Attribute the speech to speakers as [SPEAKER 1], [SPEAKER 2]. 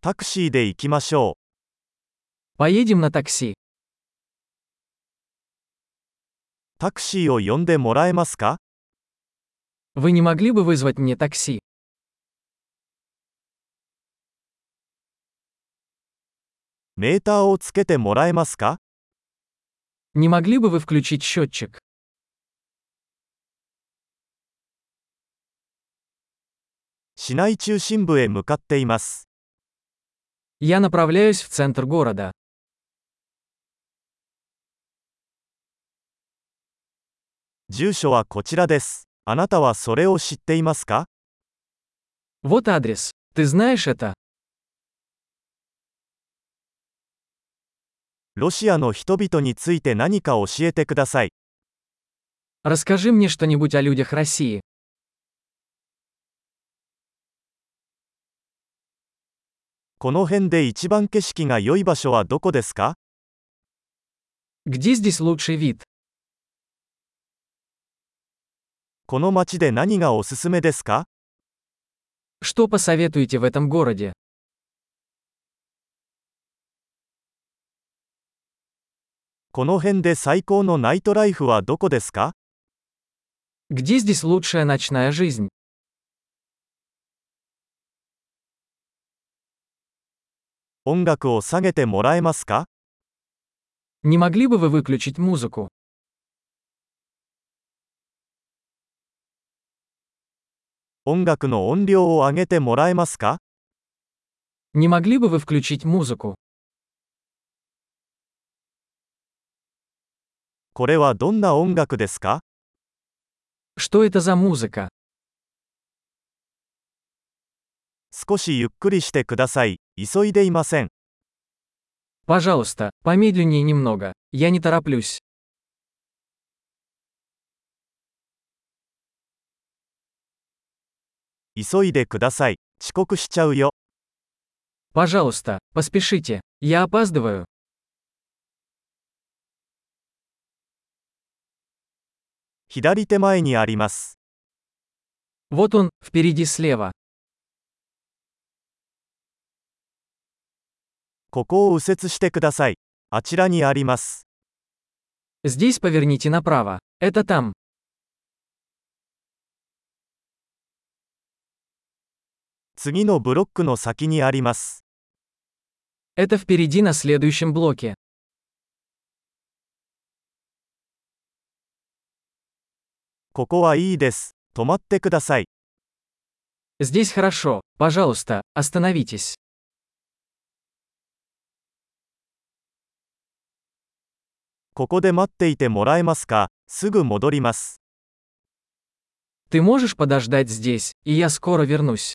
[SPEAKER 1] タクシーで行きましょ
[SPEAKER 2] Поедем на такси.
[SPEAKER 1] う。タクシーを呼んでもらえますか
[SPEAKER 2] Вы не могли бы вызвать мне такси?
[SPEAKER 1] メーターをつけてもらえますか
[SPEAKER 2] Не могли бы вы включить счетчик?
[SPEAKER 1] 市内中心部へ向かっています。
[SPEAKER 2] Я направляюсь в центр города.
[SPEAKER 1] 住所はこちらです。あなたはそれを知っていますか
[SPEAKER 2] Вот адрес. Ты знаешь это?
[SPEAKER 1] ロシアの人々について何か教えてください。
[SPEAKER 2] Расскажи мне что-нибудь о людях России.
[SPEAKER 1] この辺で一番景色が良い場所はどこですか
[SPEAKER 2] Где здесь лучший вид?
[SPEAKER 1] この街で何がおすすめですか
[SPEAKER 2] Что посоветуете в этом городе?
[SPEAKER 1] この辺で最高のナイトライフはどこですか
[SPEAKER 2] Где здесь лучшая ночная жизнь?
[SPEAKER 1] 音楽を下げてもらえますか
[SPEAKER 2] Не могли бы вы выключить музыку?
[SPEAKER 1] 音楽の音量を上げてもらえますか
[SPEAKER 2] Не могли бы вы включить музыку?
[SPEAKER 1] これはどんな音楽ですか
[SPEAKER 2] Что это за музыка?
[SPEAKER 1] 少しゆっくりしてください。急いでいません。
[SPEAKER 2] Пожалуйста, помедленнее немного. Я не тороплюсь.
[SPEAKER 1] 急いでください。遅刻しちゃうよ。
[SPEAKER 2] Пожалуйста, поспешите. Я опаздываю.
[SPEAKER 1] 左手前にあります。
[SPEAKER 2] Вот он, впереди слева.
[SPEAKER 1] ここを右折してください。あちらにあります。
[SPEAKER 2] Здесь поверните направо. Это там.
[SPEAKER 1] 次のブロックの先にあります。
[SPEAKER 2] Это впереди на следующем блоке.
[SPEAKER 1] ここはいいです。止まってください。
[SPEAKER 2] Здесь хорошо. Пожалуйста, остановитесь.
[SPEAKER 1] ここで待っていてもらえますかすぐ戻ります。
[SPEAKER 2] Ты можешь подождать здесь, и я скоро вернусь.